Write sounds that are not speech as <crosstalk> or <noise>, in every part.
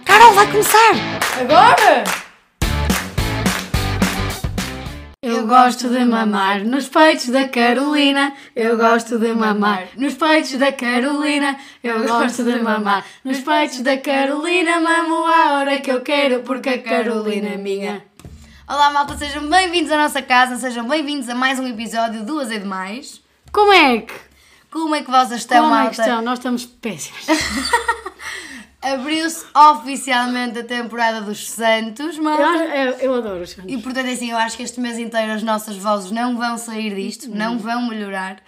Então vai começar! Agora! Eu gosto de mamar nos peitos da Carolina. Eu gosto de mamar nos peitos da Carolina. Eu gosto de mamar nos peitos da Carolina. Mamo a hora que eu quero, porque a Carolina é minha. Olá malta, sejam bem-vindos à nossa casa, sejam bem-vindos a mais um episódio do Azedo Mais. Como é que? Como é que vocês estão, Como é que malta? estão? Nós estamos péssimas. Abriu-se oficialmente a temporada dos Santos, <laughs> Eu, malta. eu, eu adoro os santos. E portanto, é assim, eu acho que este mês inteiro as nossas vozes não vão sair disto, Uhum. não vão melhorar.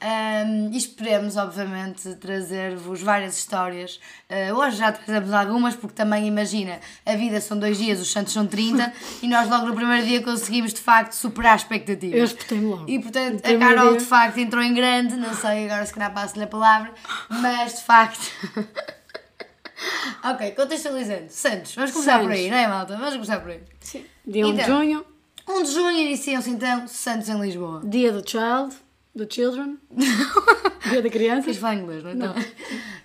Ahm, e esperemos, obviamente, trazer-vos várias histórias. Ah, hoje já trazemos algumas, porque também, imagina, a vida são dois dias, os Santos são 30, e nós logo no primeiro dia conseguimos, de facto, superar as expectativas. Eu espetei-me logo. E portanto, a Primeiro Carol dia. de facto entrou em grande, não sei agora se calhar passo-lhe a palavra, mas de facto. <laughs> ok, contextualizando. Santos, vamos começar por aí, Santos. não é, malta? Vamos começar por aí. Sim. Dia 1 de Então. junho, 1 de junho iniciam-se então Santos em Lisboa. dia do child, do <laughs> children, dia da criança. Quis falar inglês, não é? Então,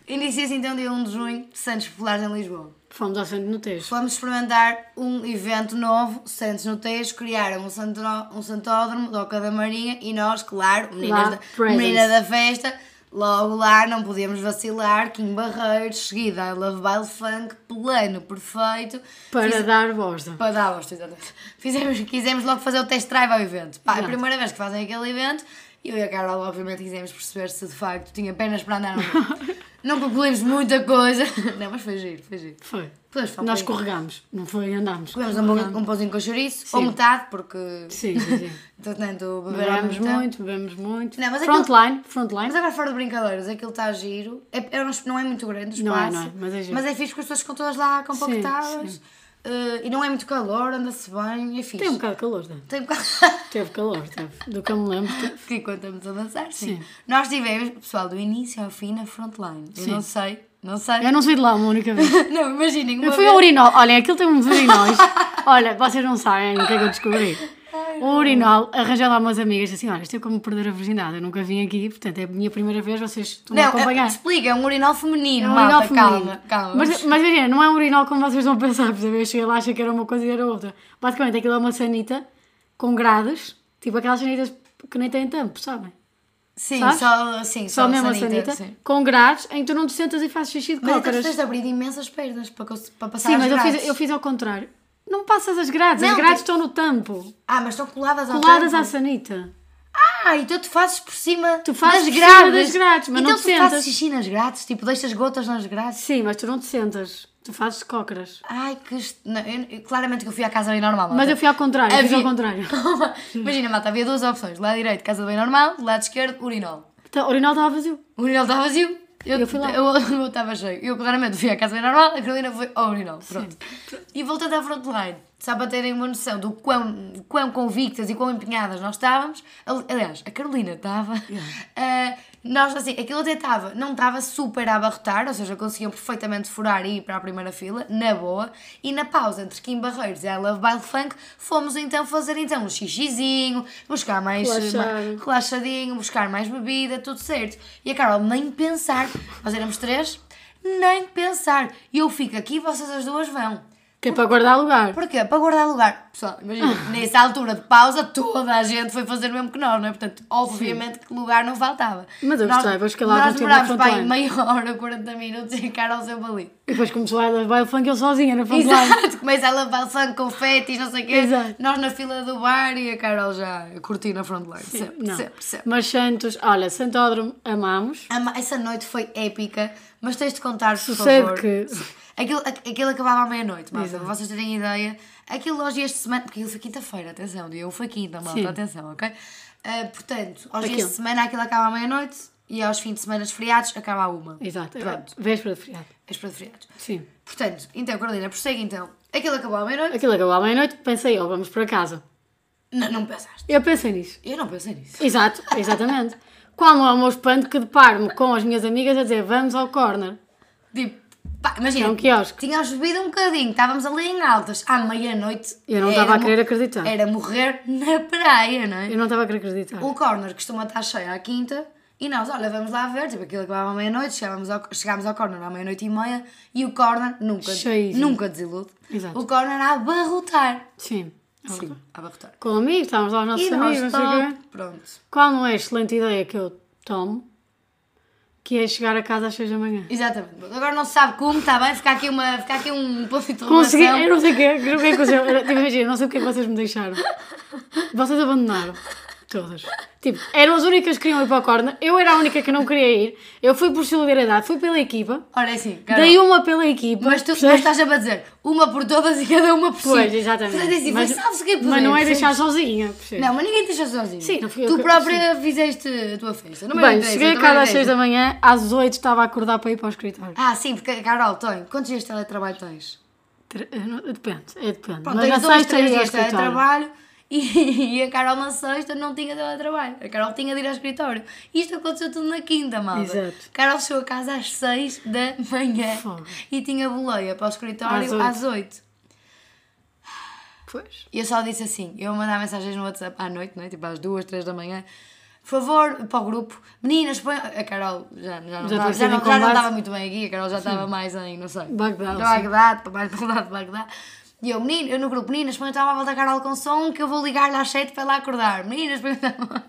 Inicia-se então dia 1 de junho Santos Populares em Lisboa. Fomos ao santo no texto. Vamos experimentar um evento novo, Santos no Tejo, criaram um, santro- um santódromo da Oca da Marinha e nós, claro, Lá, meninas da, presents. menina da festa, logo lá não podíamos vacilar, Kim Barreiros, seguida a Love Bile Funk, plano perfeito. Para Fiz- dar voz. para dar gosto, exatamente. Fizemos, quisemos logo fazer o test drive ao evento. Pá, é a Exato. primeira vez que fazem aquele evento, eu e a Carol, obviamente, quisemos perceber se de facto tinha pernas para andar ou não. <laughs> não concluímos muita coisa. <laughs> Não, mas foi giro, foi giro. Foi. Pois, foi Nós bem. escorregamos, não foi? Andámos. Comemos um, pão- um pãozinho com chouriço, ou Sim. metade, porque Sim, sim, sim. portanto um beber ao Bebemos mesmo tempo. muito, bebemos muito. Não, mas aquilo- frontline, frontline. Mas agora fora de brincadeiras, aquilo está giro. É, é um es- não é muito grande o Não é, espaço. não é, mas é giro. fixe que as pessoas ficam todas lá compactadas. eh, e não é muito calor, anda-se bem, é fixe. Tem um bocado de calor, não? Tem um bocado... Teve calor, teve. Do que eu me <laughs> lembro. teve. que enquanto estamos a dançar, sim. Sim. Nós tivemos, pessoal, do início ao fim na frontline. Eu Sim. não sei, não sei. Eu não saí de lá uma única vez. <laughs> Não, imaginem. Eu uma fui vez- ao urinol. Olhem, aquilo tem uns urinóis. Olha, vocês não sabem o que é que eu descobri. O urinol, arranjei lá umas amigas assim: olha, isto é como perder a virgindade. Eu nunca vim aqui, portanto é a minha primeira vez, vocês estão a Não, é, acompanhar. explica, é um urinal feminino, É um malta, urinol feminino. calma, calma. Mas, mas imagina, não é um urinol como vocês vão pensar, porque eu cheguei lá achei que era uma coisa e era outra. Basicamente, aquilo é uma sanita com grades, tipo aquelas sanitas que nem têm tampo, sabem? sim, sabes? só, sim, Só, mesmo a sanita, sim. com grades, em que tu não te sentas e fazes xixi de Mas é até cócaras. precisas de abrir imensas pernas para, cons- para passar Sim, as mas eu Tá grades. fiz, eu fiz ao contrário. Não passas as grades, as Não, grades tu- estão no tampo, Ah, mas estão coladas ao coladas à tampo. sanita. Ah, então tu fazes por cima Tu fazes das por cima grades. das grades, mas então não tu te sentas. fazes xixi nas grades, tipo, deixas gotas nas grades. Sim, mas tu não te sentas, tu fazes de cócaras. Ai, que... est- não, eu- Claramente que eu fui à casa bem normal. Mas malta. eu fui ao contrário, eu fiz ao Havia- contrário. <laughs> Imagina, malta, havia duas opções. Lado direito, casa do bem normal. Lado esquerdo, urinol. Então, o urinol estava vazio. O urinol estava vazio. Eu, Eu fui lá. eu- <laughs> eu estava cheio. Eu claramente fui à casa bem normal, a Carolina foi ao urinol. Pronto. E voltando à frontline, só para terem uma noção do quão, quão convictas e quão empenhadas nós estávamos. ali- Aliás, a Carolina estava. <laughs> ah, nós, assim, aquilo até estava, não estava super a abarrotar, ou seja, conseguiam perfeitamente furar e ir para a primeira fila, na boa. E na pausa entre Kim Barreiros e I Love Bile Funk, fomos então fazer então um xixizinho, buscar mais Relaxar. mais- relaxadinho, buscar mais bebida, tudo certo. E a Carol, nem pensar, nós éramos três, nem pensar. E eu fico aqui e vocês as duas vão. Que é para guardar Ah. lugar. Porquê? Para guardar lugar. Pessoal, imagina, nessa altura de pausa, toda a gente foi fazer o mesmo que nós, não é? Portanto, obviamente que lugar não faltava. Mas eu Nós- gostei, vou escalar Nós contigo na demorámos para aí frontline. meia hora, 40 minutos e a Carol sempre ali. E depois começou a levar o funk eu sozinha na frontline. Exato, começa a lavar sangue, confetes, não sei o quê. Exato. Nós na fila do bar e a Carol já a curtir na frontline. Sempre, Não. sempre, sempre. Mas Santos, olha, Santódromo, amamos. Ama- Essa noite foi épica, mas tens de contar, por Sucede favor. que- Aquilo, a- aquilo acabava à meia-noite, malta, para vocês terem ideia. Aquilo aos dias de semana, porque aquilo foi quinta-feira, atenção, dia 1 foi quinta, malta, Sim. atenção, ok? Ah, portanto, aos dias Aquilo. de semana aquilo acaba à meia-noite e aos fins de semana feriados acaba à uma. Exato. é Pronto, Véspera de feriado. és para feriados. Sim. Portanto, então, Carolina, prossegue então. Aquilo acabou à meia-noite? Aquilo acabou à meia-noite, pensei, ó, vamos para casa. Não, não pensaste. Eu pensei nisso. Eu não pensei nisso. Exato, exatamente. Qual é o meu espanto que deparo-me com as minhas amigas a dizer, vamos ao corner. Tipo, pá, imagina, É um quiosque. tínhamos bebido um bocadinho, estávamos ali em altas, à meia-noite. Eu não era estava a querer mo- acreditar. Era morrer na praia, não é? Eu não estava a querer acreditar. O corner costuma estar cheio à quinta E nós, olha, vamos lá ver, tipo, aquilo acabava à meia-noite, chegámos ao, chegámos ao corner à meia-noite e meia e o corner nunca, Cheirinho. nunca desilude. Exato. O corner a abarrotar. Sim. Sim, a abarrotar. Com amigos, estávamos lá os nossos E amigos, nós, não sei o quê. top, pronto. Qual não é a excelente ideia que eu tomo? Que é chegar a casa às 6 da manhã. Exatamente. Agora não se sabe como, está bem, fica aqui, uma, fica aqui um puff de Consegui, revelação. eu não sei o que, eu não sei o que aconteceu. Era, Tipo, imagina, não sei o que é que vocês me deixaram. Vocês abandonaram. Todas. Tipo, eram as únicas que queriam ir para a corna. Eu era a única que não queria ir. Eu fui por solidariedade, fui pela equipa. Ora, é assim, Carol, Dei um uma pela equipa. mas tu mas percebes? estás a dizer uma por todas e cada uma por si. Pois, exatamente. Portanto, é assim, mas, sabes o que é poder, mas não é percebes? deixar sozinha. percebes? Não, mas ninguém te deixou sozinho. Sim, não fui eu Tu que- própria fizeste a tua festa. Não me Bem, interessa, cheguei a também casa não às 6 interessa. da manhã, às 8 estava a acordar para ir para o escritório. Ah, sim, porque a Carol tem. Quantos dias de teletrabalho tens? Tre- eu não- Depende, é depende. Pronto, mas tens na dois, sexta três ia ao dias de escritório. teletrabalho <laughs> e, e a Carol na sexta não tinha teletrabalho. A Carol tinha de ir ao escritório. Isto aconteceu tudo na quinta, malta. Exato. Carol chegou a casa às 6 da manhã Fogo. e tinha boleia para o Às escritório oito. às 8. Pois. E eu só disse assim, eu vou mandar mensagens no WhatsApp à noite, não é? tipo às duas, três da manhã, por favor, para o grupo, meninas, põe... a Carol já, já não Já estava- tinha sido já não- em já não combate. estava muito bem aqui, a Carol já estava mais em, não sei, Bagdá, de sim. Bagdá, para mais para lá de Bagdá. E eu, menino, eu no grupo, meninas, põe o telemóvel da Carol com som que eu vou ligar-lhe às sete para ela acordar. Meninas, põe o telemóvel.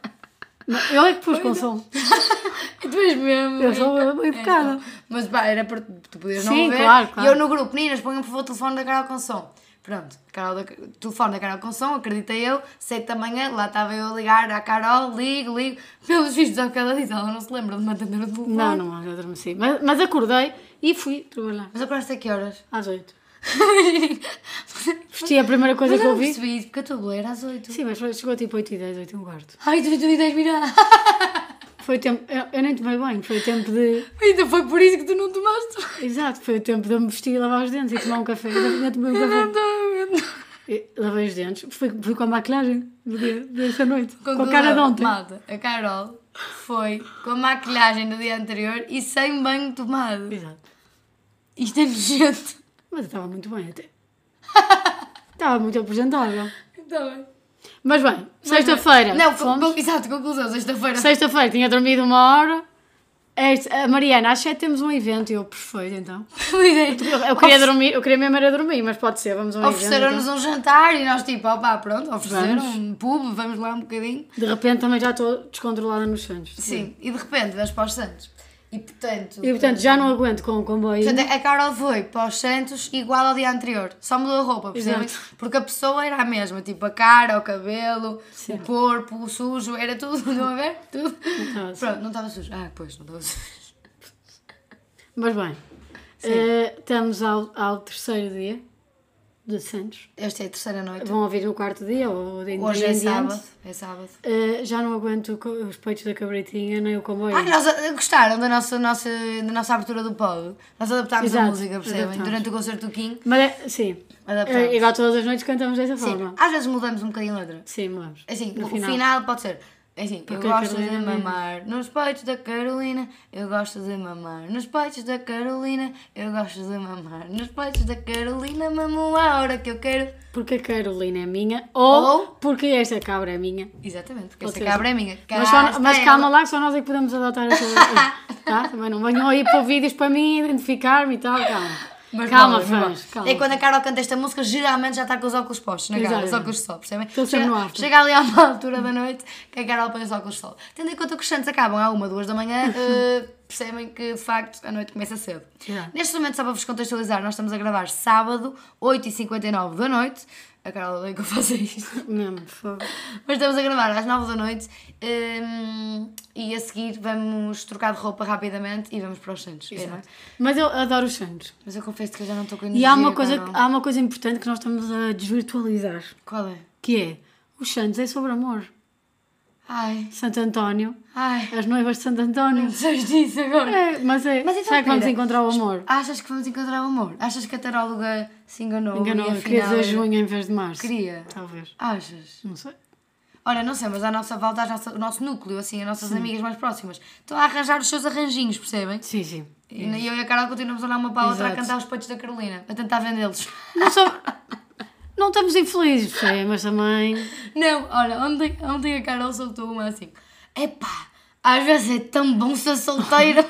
Mas Eu é que pus com som. <laughs> Tu és mesmo. Eu sou uma És educada. tu. Mas pá, era para tu podias não Sim, ver. claro, claro. E eu no grupo, meninas, ponham por favor o telefone da Carol Consom. Pronto, Carol da, telefone da Carol Consom, acredita eu, sete da manhã, lá estava eu a ligar à Carol, ligo, ligo. Pelos vistos, ao que ela diz, ela não se lembra de me atender o telefone. Não, não, já adormeci. Mas, mas acordei e fui trabalhar Mas acordaste a <laughs> que horas? às 8. Vesti a primeira coisa Mas é que eu eu não vi. percebi isso, porque a tua bola era às oito. Sim, mas foi- chegou tipo 8 e 10, 8 e um quarto. Ai, tu tu e 10 miradas. Foi tempo. Eu, eu nem tomei banho, foi tempo de. <laughs> <laughs> Ainda foi por isso que tu não tomaste. Exato, foi o tempo de eu me vestir e lavar os dentes e tomar um café. Ainda ainda tomei um café. E Lavei os dentes, fui, fui com a maquilhagem do dia- dessa noite, com, a cara de Conclusão, ontem. Malta, a Carol foi com a maquilhagem do dia anterior e sem banho tomado. Exato. Isto é nojento. Mas eu estava muito bem até. <laughs> Estava muito apresentável. Está bem. Mas bem, sexta-feira. Não, fomos. con- con- exato, conclusão, sexta-feira. <laughs> Sexta-feira tinha dormido uma hora. Este- a Mariana, às 7 temos um evento. E eu, perfeito, então. Eu queria dormir, eu queria mesmo era dormir, mas pode ser, vamos a um evento. Ofereceram-nos um jantar e nós tipo, opá, pronto, ofereceram Vamos. um pub, vamos lá um bocadinho. então. De repente também já estou descontrolada nos Santos. Sim, e de repente vamos para os Santos. E portanto, E portanto já não aguento com o comboio. portanto, a Carol foi para os Santos igual ao dia anterior, só mudou a roupa, percebem? Porque a pessoa era a mesma, tipo a cara, o cabelo, o corpo, o sujo, era tudo, <laughs> não a ver? Tudo. estava sujo. é Pronto, não estava sujo. Ah, pois, não estava sujo. Mas bem, eh, estamos ao, ao terceiro dia de Santos. Esta é a terceira noite. Vão ouvir o quarto dia ou de Hoje dia é em diante. sábado. É sábado. Eh, já não aguento co- os peitos da cabritinha nem o comboio. Ai, nós ah, gostaram da nossa, nossa, da nossa abertura do pod. Nós adaptámos a Exato, música, percebem? adaptámos. Durante o concerto do King, Mas é, sim. adaptámos. Eh, igual todas as noites cantamos dessa Sim, forma. às vezes mudamos um bocadinho a letra. Sim, vamos. Assim, No o o final. final. pode ser. Assim, eu Porque a gosto de Carolina mesmo. mamar nos peitos da Carolina, eu gosto de mamar nos peitos da Carolina, eu gosto de mamar nos peitos da Carolina, mamo a hora que eu quero. Porque a Carolina é minha ou, Ou- porque esta cabra é minha. Exatamente, porque Ou esta seja, cabra é minha. Cá Mas, só- está mas ela. calma lá, que só nós é que podemos adotar a sua. <laughs> tá? Também não venham aí para vídeos para mim, identificar-me e tal, calma. Mas calma, não, mas não. fãs, calma. É quando a Carol canta esta música, geralmente já está com os óculos postos na cara, Exato. os óculos de sol, percebem? Estou sempre no Chega, after. chega ali a uma <laughs> altura da noite que a Carol põe os óculos de sol. Tendo em conta que os Santos acabam à uma, duas <laughs> da manhã, eh, percebem que de facto a noite começa cedo. Exato. Neste momento, só para vos contextualizar, nós estamos a gravar sábado, 8h59 da noite. A Carol bem que eu <laughs> faço isto. Mesmo, por favor. Mas estamos a gravar às 9 da noite hum, e a seguir vamos trocar de roupa rapidamente e vamos para os Santos. é, não é? Mas eu adoro os Santos. Mas eu confesso que eu já não estou com E energia. há uma, coisa, Carol. há uma coisa importante que nós estamos a desvirtualizar, Qual é? que é os Santos é sobre amor. Ai, Santo António, ai, <laughs> as noivas de Santo António. precisas disso agora. É, mas é. Mas então, Será que vamos espera. encontrar o amor? Achas que vamos encontrar o amor? Achas que a taróloga se enganou? Enganou, e afinal queria dizer era- junho em vez de março. Queria. Talvez. Achas? Não sei. Olha, não sei, mas à nossa volta, às nossa- o nosso núcleo, assim, as nossas amigas mais próximas, estão a arranjar os seus arranjinhos, percebem? Sim, sim. E eu e a Carol continuamos a olhar uma para a outra a Exato. cantar os peitos da Carolina, a tentar vendê-los. <laughs> Não, sou... não estamos infelizes, sei, mas também. Não, olha, ontem, ontem a Carol soltou uma assim. Epá, Às vezes é tão bom ser solteiro.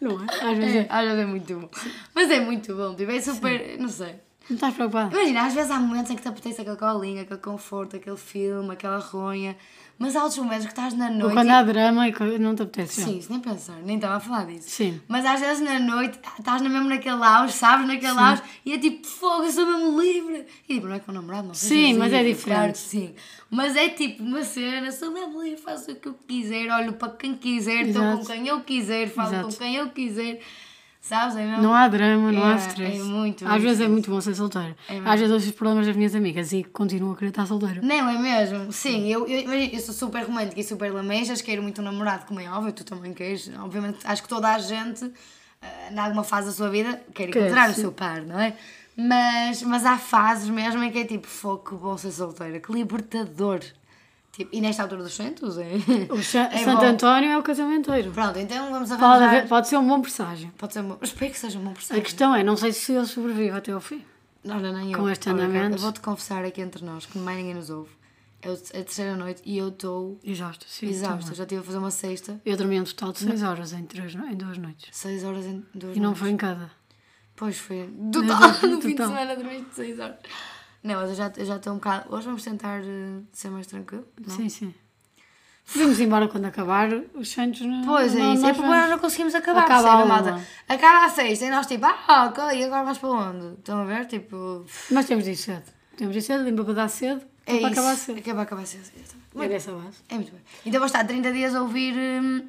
Não é? <laughs> Às vezes É, é. às vezes é muito bom. Mas é muito bom, tipo, é super. Não sei. Não estás preocupada? Imagina, às vezes há momentos em que te apetece aquela colinha, aquele conforto, aquele filme, aquela ronha. Mas há outros momentos que estás na Ou noite. quando e- há drama e quando não te apetece. é tipo Sim, isso nem pensar, nem estava a falar disso. Sim. Mas às vezes na noite estás na- mesmo naquele auge, sabes, naquele auge, e é tipo, fogo, eu sou mesmo livre. E tipo, não é com o namorado, não sei Sim, se mas é livre, diferente. Claro que sim. Mas é tipo uma cena, sou mesmo livre, faço o que eu quiser, olho para quem quiser, estou com Exato. quem eu quiser, falo Exato. com quem eu quiser. Sabes, é mesmo? Não há drama, não há É, stress. é muito Às bom vezes é muito bom ser solteira. Às vezes ouço os problemas das minhas amigas e continuo a querer estar solteira. Não, é mesmo? Sim, eu, eu, imagina, eu sou super romântica e super lamejas, quero muito um namorado, como é óbvio, tu também queres. Obviamente, acho que toda a gente, ah, em alguma fase da sua vida, quer Quer, encontrar sim. o seu par, não é? Mas, mas há fases mesmo em que é tipo, fogo, que bom ser solteira, que libertador. Tipo, e nesta altura dos centros, é? O Sa- <laughs> É Santo bom. António é o casamento inteiro. Pronto, então vamos Pode, haver- arranjar. pode ser um bom presságio. Pode ser um bom. Espero que seja um bom A presságio. questão é, não sei se ele sobrevive até ao fim. Olha, nem eu. Com este Olha, andamento. Eu vou-te confessar aqui entre nós, que mais ninguém nos ouve. É o- é a terceira noite e eu estou Exausto, sim. exausta. também. Já estive a fazer uma sexta. Eu dormi um total de 6 horas em, três, no- em duas noites. 6 horas em duas E não noites. foi em cada. Pois foi. Total, do- no fim de total. semana dormiste 6 horas. Não, mas eu já eu já estou um bocado. Hoje vamos tentar eh, ser mais tranquilo. não? Sim, sim. Vamos embora quando acabar os Santos. Não, Pois é, não, isso. É nós porque agora vamos. não conseguimos acabar. Acaba percebe, a uma. malta? Acaba a sexta e nós tipo, ah, ok, e agora vamos para onde? Estão a ver? Tipo. Mas temos de ir cedo. Temos de ir cedo, limpa para dar cedo. para É isso. acabar cedo. Acaba, acaba cedo. exatamente. É dessa base. É muito bem. Então vou estar 30 dias a ouvir hum,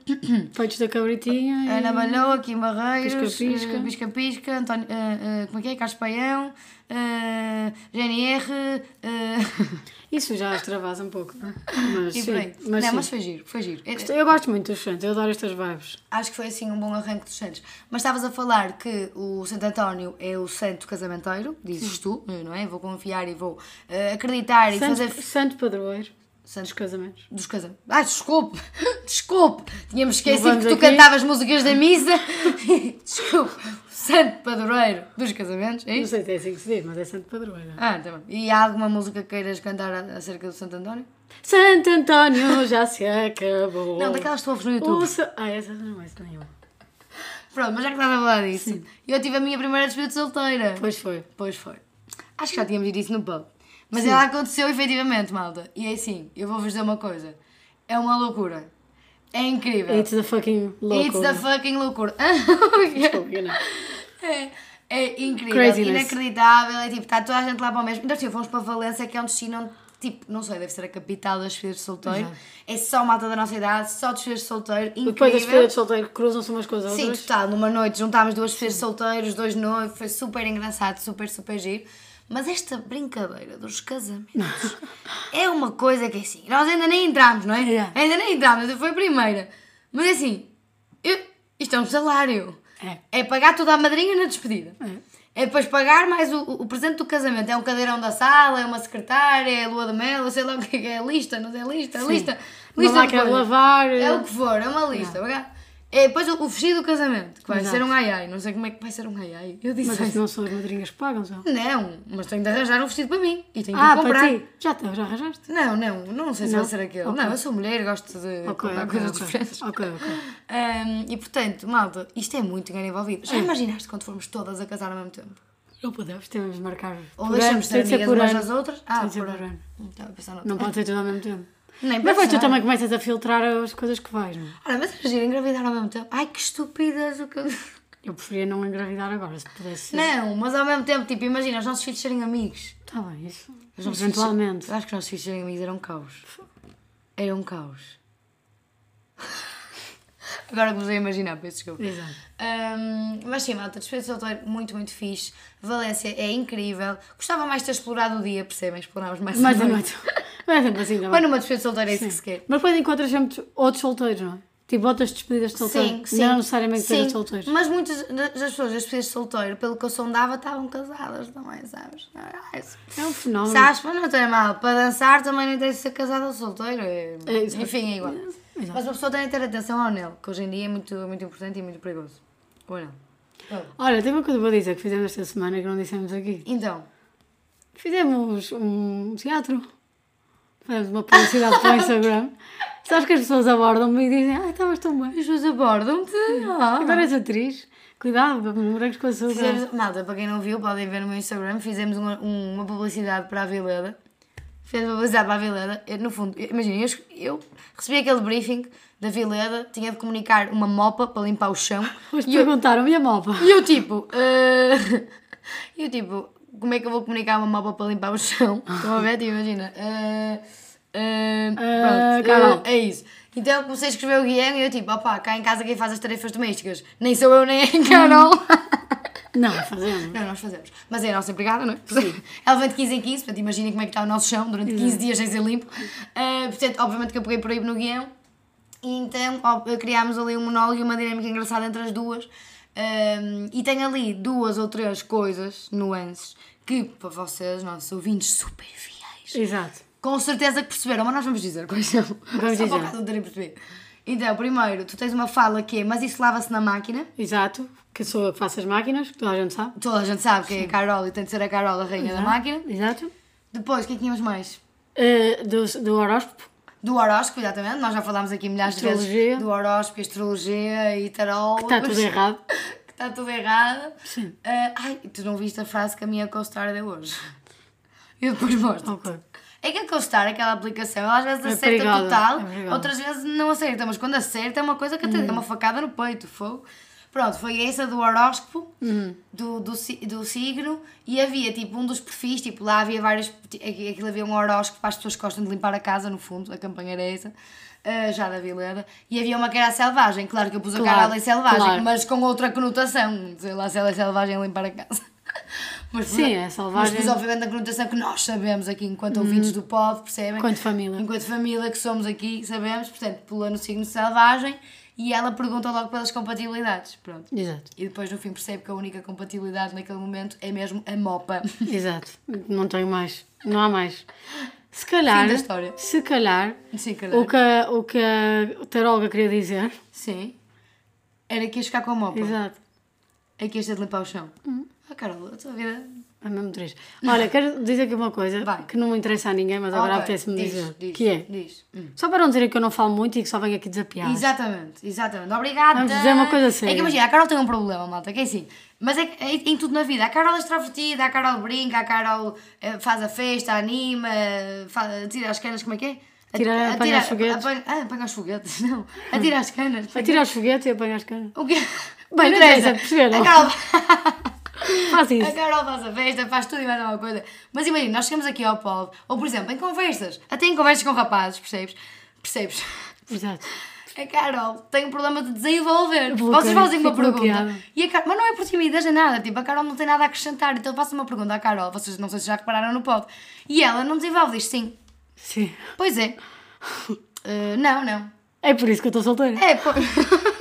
Peitos da cabritinha. e- Ana Balhoa, Kim Barreiros, Pisca-pisca. eh, Pisca-Pisca, António, eh, eh, como é que é? Carlos Paião, eh, GNR, eh, <laughs> Isso já extravasa um pouco, não é? Mas, E sim, por aí. mas, não, sim. mas foi giro, foi giro. Eh, Eu gosto muito dos Santos, eu adoro estas vibes. Acho que foi assim um bom arranque dos santos. Mas estavas a falar que o Santo António é o santo casamenteiro, dizes tu, não é? Vou confiar e vou eh, acreditar e fazer. Santo, Santo Padroeiro dos Santos casamentos. dos casamentos. Ah, desculpe! <laughs> Desculpe! Tínhamos esquecido Vamos que tu aqui. cantavas músicas da missa. <laughs> desculpe! O santo padroeiro dos casamentos, é Não isso? sei se é assim que se diz, mas é Santo Padroeiro. Ah, tá bom. E há alguma música que queiras cantar a- acerca do Santo António? Santo António já se acabou. Não, daquelas que tu ouves no YouTube. O sa- Ah, essa não é essa nenhuma. Pronto, mas já que estás a falar disso, eu tive a minha primeira despedida de solteira. Pois foi. Pois foi. Acho que já tínhamos dito isso no pub. Mas ela aconteceu efetivamente, malta. E é assim, eu vou-vos dizer uma coisa. É uma loucura. É incrível. It's the fucking louco. It's the <laughs> fucking loucura. <laughs> é, é incrível. Craziness. Inacreditável. É tipo, está toda a gente lá para o mesmo. Então, tipo, fomos para Valença, que é um destino onde, tipo, não sei, deve ser a capital das filhas de solteiro. É só malta da nossa idade, só dos filhos de solteiro. Incrível. Depois as filhas de solteiro cruzam-se umas com as Sim, outras. total, numa noite juntámos duas filhas solteiros, dois noivos, foi super engraçado, super, super giro. Mas esta brincadeira dos <laughs> casamentos é uma coisa que é assim, nós ainda nem entramos, não é? Yeah. Ainda nem entramos, foi a primeira. Mas é assim, eu- isto é um salário. É. É pagar toda a madrinha na despedida. É depois pagar mais o, o presente do casamento. É um cadeirão da sala, é uma secretária, é lua de mel, sei lá o que é, é lista, não é lista, lista. Uma Lista de máquina de coisas. lavar. É o que for, é uma lista, obrigado. É depois o, o vestido do casamento, que vai Exato. ser um ai ai. Não sei como é que vai ser um ai ai. Eu disse Mas ai. isso não são as madrinhas que pagam, só. Não, mas tenho de arranjar um vestido para mim e tenho de Ah, Ah, comprar. para ti. Já, te, já arranjaste? Não, não, não sei se Não? vai ser aquele. Ok. Não, eu sou mulher, gosto de comprar É coisas diferentes. ok, ok. Ahm, e portanto, malta, isto é muito dinheiro envolvido. Já imaginaste quando formos todas a casar ao mesmo tempo? Não podemos, temos de marcar. Ou por ano, deixamos de tem ser de ser amigas por umas ano. das outras? Ah, Tem de ser por por ano. ano. Hum, Estava a pensar noutra. Não pode ser tudo ao mesmo <laughs> tempo. Nem Mas depois tu pensar. também começas a filtrar as coisas que vais, não é? Ora, mas era giro engravidar ao mesmo tempo. Ai, que estupidez o que <laughs> eu... Eu preferia não engravidar agora, se pudesse. ser. Não, mas ao mesmo tempo, tipo, imagina os nossos filhos serem amigos. Está Tá bem, isso. Os nossos Eventualmente. Filhos, acho que os nossos filhos serem amigos era um caos. Era um caos. <laughs> Agora comecei a imaginar, peço desculpa. Exato. Ahm, mas sim, malta, despeito de solteiro, muito, muito fixe. Valência é incrível. Gostava mais de ter explorado o dia, percebem? Explorámos mais Mais a ou noite. menos. Mas é sempre assim também. Mas numa despeito de solteiro é isso que se quer. Mas depois encontras sempre outros solteiros, não é? Tipo outras despedidas de solteiro. Sim, sim. Não necessariamente sim, despedidas de solteiros. Mas muitas das pessoas, das pessoas de solteiro, pelo que eu sondava, estavam casadas também, sabes? Ah, isso- É um fenómeno. Sabes, mas não tem mal. Para dançar também não interessa ser casado ou solteiro. é- É, exato. Enfim, é igual. Exato. Mas uma pessoa tem de ter atenção ao anel, que hoje em dia é muito, muito importante e muito perigoso. O anel. Olha, tem uma coisa boa dizer que fizemos esta semana que não dissemos aqui. Então, <laughs> Fizemos um teatro. Fizemos uma publicidade para o Instagram. Sabes que as pessoas abordam-me e dizem, ah, estavas tão bem. As pessoas abordam-te. Ah. Agora és atriz. Cuidado, morangos com açúcar. Fizemos, malta, para quem não viu, podem ver no meu Instagram, fizemos uma, um- uma publicidade para a Vileda. Fizemos uma publicidade para a Vileda. Eu, no fundo, eu- imagina, eu, esco- eu recebi aquele briefing da Vileda, tinha de comunicar uma mopa para limpar o chão. Mas perguntaram-me a mopa. E eu tipo, eh, <laughs> eu tipo, como é que eu vou comunicar uma mopa para limpar o chão? Estão a ver? Tipo, imagina. eh, eh, Eh, pronto, Carol. eh, é isso. Então comecei a escrever o guião e eu tipo, opá, cá em casa quem faz as tarefas domésticas? Nem sou eu nem a <laughs> Carol. Não, fazemos. Não, nós fazemos. Mas é a nossa empregada, não é? <laughs> Ela vem de 15 em 15, portanto imaginem como é que está o nosso chão durante 15 dias sem ser limpo. Ah, portanto, obviamente que eu peguei por aí no guião. E então ó, criámos ali um monólogo e uma dinâmica engraçada entre as duas. Ahm, e tem ali duas ou três coisas, nuances, que para vocês, nossos ouvintes super fiéis, Exato. com certeza que perceberam, mas nós vamos dizer quais são. <laughs> Vamos Só dizer. Para o caso de não terem percebido. Então, primeiro, tu tens uma fala que é, mas isso lava-se na máquina. Exato. Que sou eu que faço as máquinas, que toda a gente sabe. Toda a gente sabe que é a Carol e tem de ser a Carol a rainha da máquina. Exato. Depois, o que é que tínhamos mais? Eh, do, do horóscopo. Do horóscopo, exatamente. Nós já falámos aqui milhares de Astrologia. vezes do horóscopo, e astrologia e tarol. Está tudo errado. <laughs> que está tudo errado. Ah, ai, tu não viste a frase que a minha co-star deu hoje? Eu depois mostro. Ok. É que a co-star, aquela aplicação, ela às vezes É acerta perigosa, total, é perigosa. Uhum. outras vezes não acerta, mas quando acerta é uma coisa que até é uma facada no peito, fogo. Pronto, foi essa do horóscopo, Uhum. do, do, si- do signo, e havia tipo um dos perfis, tipo lá havia vários, ti- aqui- aquilo havia um horóscopo para as pessoas que gostam de limpar a casa, no fundo, a campanha era essa, ah, já da Vileda, e havia uma que era a selvagem, claro que eu pus a Claro, cara ali selvagem, claro. mas com outra conotação, sei lá se ela é selvagem a limpar a casa. <laughs> Mas, Sim, é selvagem. Mas, pois, obviamente, a conotação que nós sabemos aqui enquanto ouvintes do pod, percebem? Hum. Enquanto família. Enquanto família que somos aqui, sabemos, portanto, pulou no signo selvagem e ela pergunta logo pelas compatibilidades. Pronto. Exato. E depois, no fim, percebe que a única compatibilidade naquele momento é mesmo a mopa. <laughs> Exato. Não tenho mais. Não há mais. Se calhar. Fim da história. Se calhar. Sim, calhar. O que, a- o que a taróloga queria dizer. Sim. Era que ias ficar com a mopa. Exato. Hum. É que ias ter de limpar o chão. Ah, Carol, a tua vida. É mesmo triste. Olha, quero dizer aqui uma coisa Vai. que não me interessa a ninguém, mas agora Ok, apetece-me diz, dizer. diz, que é. Diz. Hum. Só para não dizerem que eu não falo muito e que só venho aqui desapiar. Exatamente, exatamente. Obrigada. Vamos dizer uma coisa É séria. que imagina, a Carol tem um problema, malta, que é assim. Mas é, que é em tudo na vida. A Carol é extrovertida, a Carol brinca, a Carol eh, faz a festa, anima, fa- tira as canas, como é que é? Tirar- apanha os foguetes. Apanha, ah, apanha os foguetes, <laughs> não. Atira as canas. Atira os foguetes e apanha as canas. O quê? Bem, não interessa, perceberam? A Carol... <laughs> Faz A isso. Carol faz a festa, faz tudo e mais alguma coisa. Mas imagina, nós chegamos aqui ao pod, ou por exemplo, em conversas, até em conversas com rapazes, percebes? Percebes? Exato. A Carol tem um problema de desenvolver. Bloqueio, Vocês fazem uma fico pergunta. bloqueada. E a Car- Mas não é por timidez nem nada. Tipo, a Carol não tem nada a acrescentar. Então eu faço uma pergunta à Carol. Vocês não sei se já repararam no pod. E ela não desenvolve. Diz sim. Sim. <laughs> Pois é. Eh, não, não. É por isso que eu estou solteira. É, pô. <laughs>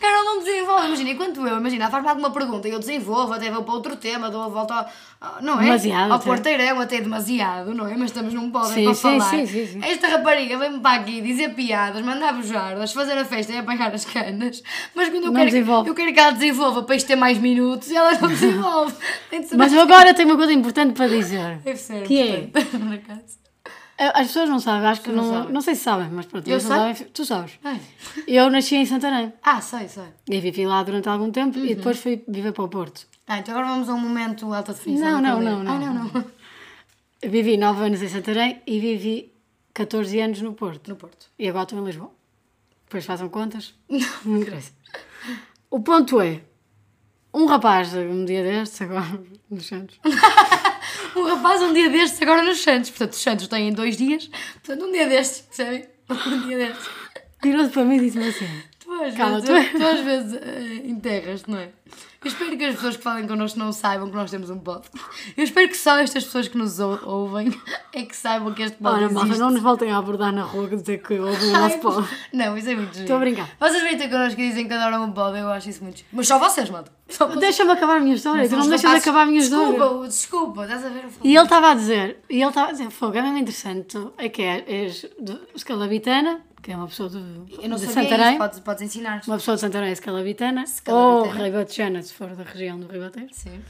Carol não desenvolve, imagina, enquanto eu, imagina, faz-me alguma pergunta e eu desenvolvo, até vou para outro tema, dou a volta ao, ao- não é? Demasiado ao até. quarteirão, até demasiado, não é? Mas estamos num pódio Sim, para sim, falar. sim, sim, sim. Esta rapariga vem-me para aqui dizer piadas, mandar bujardas, fazer a festa e apanhar as canas, mas quando eu Não quero, desenvolve. eu quero que ela desenvolva para isto ter mais minutos, <laughs> ela não desenvolve. Tem de ser Mas eu agora tenho uma coisa importante para dizer. Deve ser, que é? portanto, <laughs> por acaso. As pessoas não sabem, acho que Não não, não, sabem. sei se sabem, mas pronto. Eu eles não sei. sabem, tu sabes. Ai. Eu nasci em Santarém Ah, sei, sei. e vivi lá durante algum tempo Uhum. e depois fui viver para o Porto. Ah, então agora vamos a um momento alta definição. Não, não, Carolina. não, não. Ah, não, não. Vivi 9 anos em Santarém e vivi 14 anos no Porto. No Porto. E agora estou em Lisboa. Depois façam contas. <laughs> Não interessa. O ponto é: um rapaz, um dia destes, agora, <laughs> nos Santos, Um rapaz um dia destes, agora nos Santos. Portanto, os Santos têm dois dias. Portanto, um dia destes, percebem? Um dia destes. virou-se para mim e disse-me assim: Tu às Calma, vezes, tu- tu às vezes eh, enterras-te, não é? Eu espero que as pessoas que falem connosco não saibam que nós temos um pod. Eu espero que só estas pessoas que nos ou- ouvem é que saibam que este pod Olha, malta, existe. não nos voltem a abordar na rua que dizer que houve o Ai, nosso pau. <laughs> não, isso é muito giro. Estou a brincar. Vocês vêm ter connosco e dizem que adoram um pod, eu acho isso muito giro. Mas só vocês, malta. Só vocês. Deixa-me acabar a minha história, tu não Os me deixas rapazes- acabar a minha história. Desculpa, desculpa, estás a ver o filme. E ele estava a dizer, e ele estava a dizer, fogo, é mesmo interessante, tu é que é- és de escalabitana, que é uma pessoa do, Eu não de sabia Santarém, isso, podes, podes ensinar. uma pessoa de Santarém é escalabitana, ou Escalabitana. ribatejana, se for da região do Ribatejo, Sim.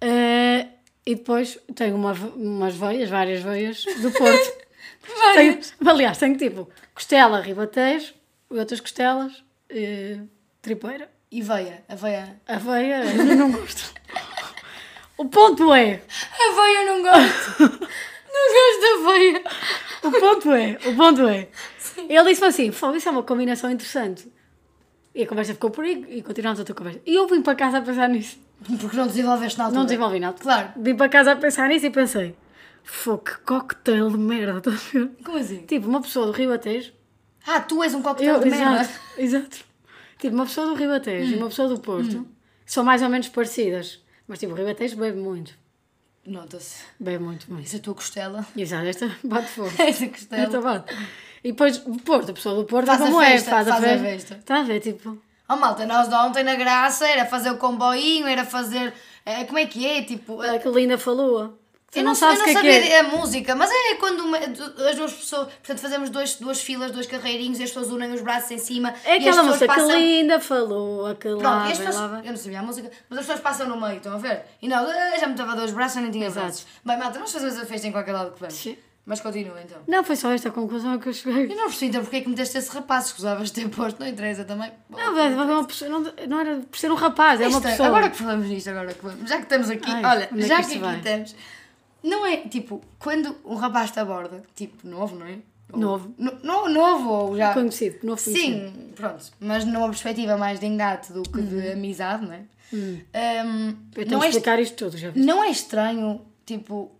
Eh, e depois tenho uma, umas veias, várias veias, do Porto. Tenho, aliás, tenho tipo costela, ribatejo, outras costelas, eh, tripeira, E veia, aveia. aveia, eu não gosto. O ponto é, Aveia não gosto. <laughs> não gosto da aveia. o ponto é, o ponto é. Ele disse-me assim, "Fogo, isso é uma combinação interessante. E a conversa ficou por aí e continuámos a tua conversa. E eu vim para casa a pensar nisso. Porque não desenvolveste na altura. Não desenvolvi nada. Claro. Vim para casa a pensar nisso e pensei, fogo, que cocktail de merda, estás a ver? Como assim? Tipo, uma pessoa do Ribatejo Ah, tu és um coquetel Eu, de merda. Hum. exato, <laughs> exato. Tipo, uma pessoa do Ribatejo e uma pessoa do Porto são mais ou menos parecidas. Mas tipo, o Ribatejo bebe muito. Nota-se. Bebe muito, muito. Essa é tua costela. Exato, esta <laughs> bate fogo. <laughs> Essa costela. esta bate. E depois, o Porto, a pessoa do Porto, Faz é a como festa, é, faz, faz a a festa. festa. Está a ver, tipo, Oh malta, nós de ontem na graça era fazer o comboinho, era fazer. eh, como é que é? Tipo. eh, a que linda falou. Tu eu não, não, sei- eu sabes o não que é que sabia é. a música, mas é quando uma- du- as duas pessoas. Portanto, fazemos dois, duas filas, dois carreirinhos, e as pessoas unem os braços em cima. É e aquela as pessoas música, passam... que linda falou, a que Pronto, lá, e as pessoas, lá vai. eu não sabia a música, mas as pessoas passam no meio, estão a ver? E nós, "Ah, já me estava dois braços, eu nem tinha Exato. braços. Bem, malta, nós fazemos a festa em qualquer lado que vamos. Sim. Mas continua então. Não, foi só esta conclusão que eu cheguei. Eu não percebi então porque é que meteste esse rapaz, escusavas de ter posto, não interessa também. Não, velho, vai ver uma pessoa, não, não era por ser um rapaz, é uma Isto é- pessoa. Agora que falamos nisto, agora que vamos, já que estamos aqui, Ai, olha, onde é já que que, isto aqui vai? estamos, não é tipo, quando um rapaz te aborda, tipo, novo, não é? Ou- Novo. No, no- novo ou já. Conhecido, novo conhecido. Uhum. Sim, pronto, mas numa perspectiva mais de engate do que de amizade, não é? Ahm, Hum. Eu tenho não, que é explicar isto tudo, já vi. não é estranho, tipo,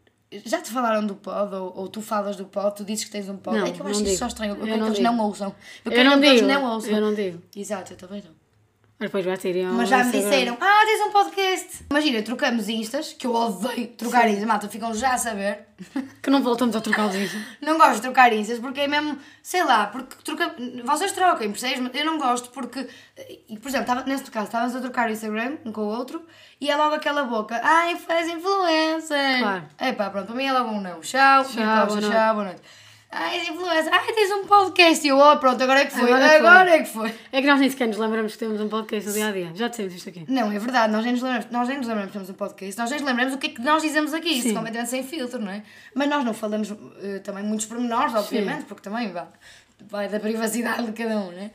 já te falaram do pod ou, ou tu falas do pod, tu dizes que tens um pod, Não, é que eu não acho isso digo. só estranho, eu, Eu quero não que eles digo. não ouçam. Eu, Eu quero não que eles digo, não ouçam. eu não digo. Exato, eu também não. Mas depois vai ter Mas já me disseram, ah, tens um podcast. Imagina, trocamos instas, que eu odeio trocar instas, malta, ficam já a saber. Que não voltamos a trocar o vídeo. Não gosto de trocar instas porque é mesmo, sei lá, porque troca, vocês trocam, percebes? Mas Eu não gosto porque, e, por exemplo, estava- neste caso, estávamos a trocar o Instagram um com o outro e é logo aquela boca, ai, faz influencer. Claro. Epá, pronto, para mim é logo um não. Tchau, tchau, Tchau, boa boa noite. noite. Tchau, boa noite. Ai, és influencer, ai, tens um podcast. E eu, oh, pronto, agora é que foi, Agora é que foi. agora é que foi. É que nós nem sequer nos lembramos que temos um podcast no dia a dia. Já dissemos isto aqui. Não, é verdade, nós nem nos lembramos, nós nem nos lembramos que temos um podcast, nós nem nos lembramos o que é que nós dizemos aqui, isso Sim. completamente sem filtro, não é? Mas nós não falamos eh, também muitos pormenores, obviamente, porque também vá, vai da privacidade de cada um, não é?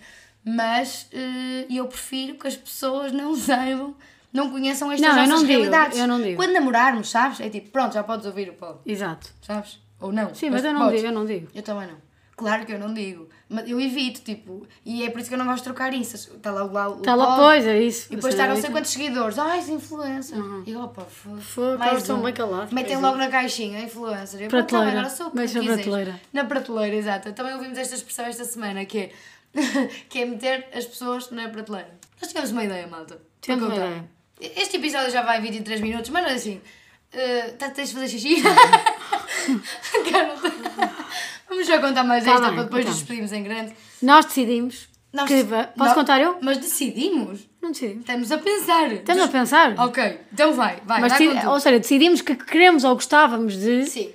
Mas eh, eu prefiro que as pessoas não saibam, não conheçam estas Não, eu nossas não digo, realidades. eu não digo. Quando namorarmos, sabes? É tipo, pronto, já podes ouvir o pod, Exato. sabes? Ou não. Sim, mas, eu não podes. digo, eu não digo. Eu também não. Claro que eu não digo, mas eu evito, tipo, e é por isso que eu não gosto de trocar isso. Está lá, lá o Está lá, pod. pois, é isso. E depois Ou seja, estar não sei isso- quantos seguidores. Ai, és influencer. E eu, opa, Uhum. um. Fogo, eles estão bem calados, Metem pois é. logo na caixinha, influencer. Eu, Prateleira. pronto, agora sou o que Mexe na quiseres. prateleira. Na prateleira, exato. Também ouvimos esta expressão esta semana, que é, <laughs> que é meter as pessoas na prateleira. Nós tivemos uma ideia, malta. Tivemos Para uma contar. Este episódio já vai em 23 minutos, mas não é assim. eh, tá, tens de fazer xixi? <laughs> Carol, Vamos já contar mais Tá esta bem, para depois nos contamos. despedirmos em grande. Nós decidimos Nós- que... va- Posso nós- contar eu? Mas decidimos. Não decidimos. Estamos a pensar. Estamos a pensar. Ok, então vai, vai, Mas dá decidi- com tudo. ou seja, decidimos que queremos ou gostávamos de Sim.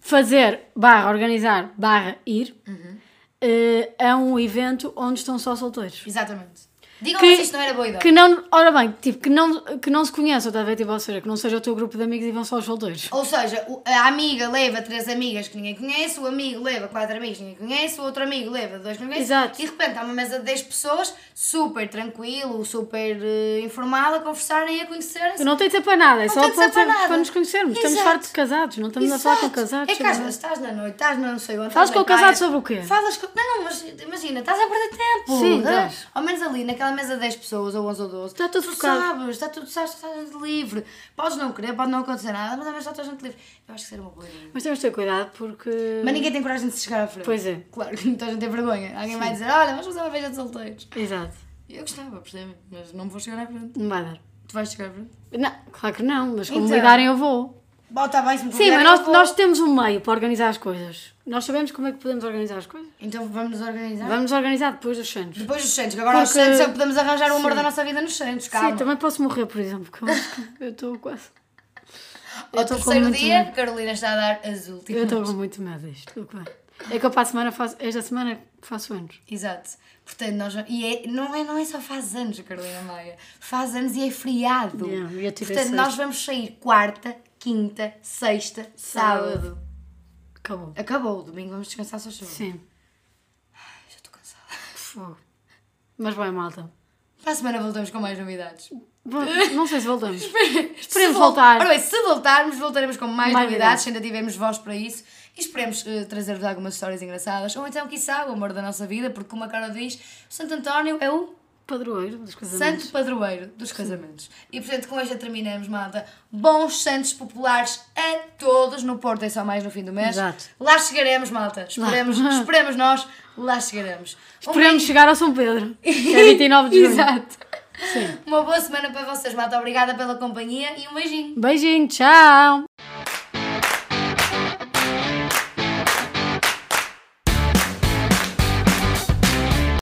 fazer, barra organizar, barra ir, Uhum. eh, a um evento onde estão só solteiros. Exatamente. Digam que, que, se isto não era boa ideia. que não, ora bem, tipo, que não, que não se conheçam, estás a ver? Tipo, ou seja, que não seja o teu grupo de amigos e vão só os solteiros. Ou seja, o- a amiga leva três amigas que ninguém conhece, o amigo leva quatro amigos que ninguém conhece, o outro amigo leva dois que ninguém conhece. Exato. E de repente há uma mesa de 10 pessoas, super tranquilo, super eh, informal, a conversarem e a conhecerem-se. Que não tem de ser para nada, é Não só tem de para, ser para ter- nada. para nos conhecermos. Estamos Exato. fartos de casados, não estamos a falar com Exato. casados. É que às vezes estás na noite, estás na não sei onde. Falas estás com na o casado praia, sobre o quê? Falas com. Não, não, mas imagina, estás a perder tempo. Sim, né? estás. Ao menos ali, naquela mesa de 10 pessoas, ou 11 ou 12. Está tudo tu focado. sabes, está tudo, sabes, estás livre. Podes não querer, pode não acontecer nada, mas ao menos está toda a gente livre. Eu acho que seria uma boa ideia. Mas temos de ter cuidado porque. Mas ninguém tem coragem de se chegar à frente. Pois é. Claro que muita gente tem vergonha. Alguém vai dizer, olha, vamos fazer uma beija de solteiros. Exato, Eu gostava, percebe? Mas não me vou chegar à frente. não vai dar. Tu vais chegar à frente? Não, claro que não, mas como Então. me darem eu vou. Bom, está bem, se me Sim, mas convidarem, nós, eu vou. nós temos um meio para organizar as coisas. Nós sabemos como é que podemos organizar as coisas. Então vamos nos organizar. Vamos organizar depois dos Santos. Depois dos Santos, que agora Porque- os Santos é que podemos arranjar o amor da nossa vida nos Santos, calma. Sim, também posso morrer, por exemplo, que eu acho que eu estou quase. Ao tô com terceiro muito dia, medo. Carolina está a dar tipo, as últimas. Eu estou com muito medo disto. do que vai. É que eu para a semana faço. Esta semana faço anos. Exato. Portanto, nós... E é- não, é, não é só faz anos, Carolina Maia. Faz anos e é feriado. Yeah, eu tirei Portanto, nós vamos sair quarta, quinta, sexta, sábado. Acabou. Acabou, domingo vamos descansar só chão. Sim. Já estou cansada. Fogo. Mas bem, malta. Para a semana voltamos com mais novidades. Bom, Não sei se <laughs> voltamos. Esperemos voltar. Ora bem, se voltarmos, voltaremos com mais, Mais novidades, se ainda tivermos voz para isso. E esperemos eh, trazer-vos algumas histórias engraçadas. Ou então, quiçá, o amor da nossa vida, porque como a Carol diz, o Santo António é o Padroeiro dos casamentos. santo padroeiro dos casamentos. E portanto, com esta terminamos, malta. Bons santos populares a todos. No Porto é só mais no fim do mês. Exato. Lá chegaremos, malta. <laughs> Esperemos, esperemos nós, lá chegaremos. Um Esperemos chegar ao São Pedro. que É 29 de junho. <laughs> Exato. Uma boa semana para vocês, malta. Obrigada pela companhia e um beijinho. Beijinho, tchau.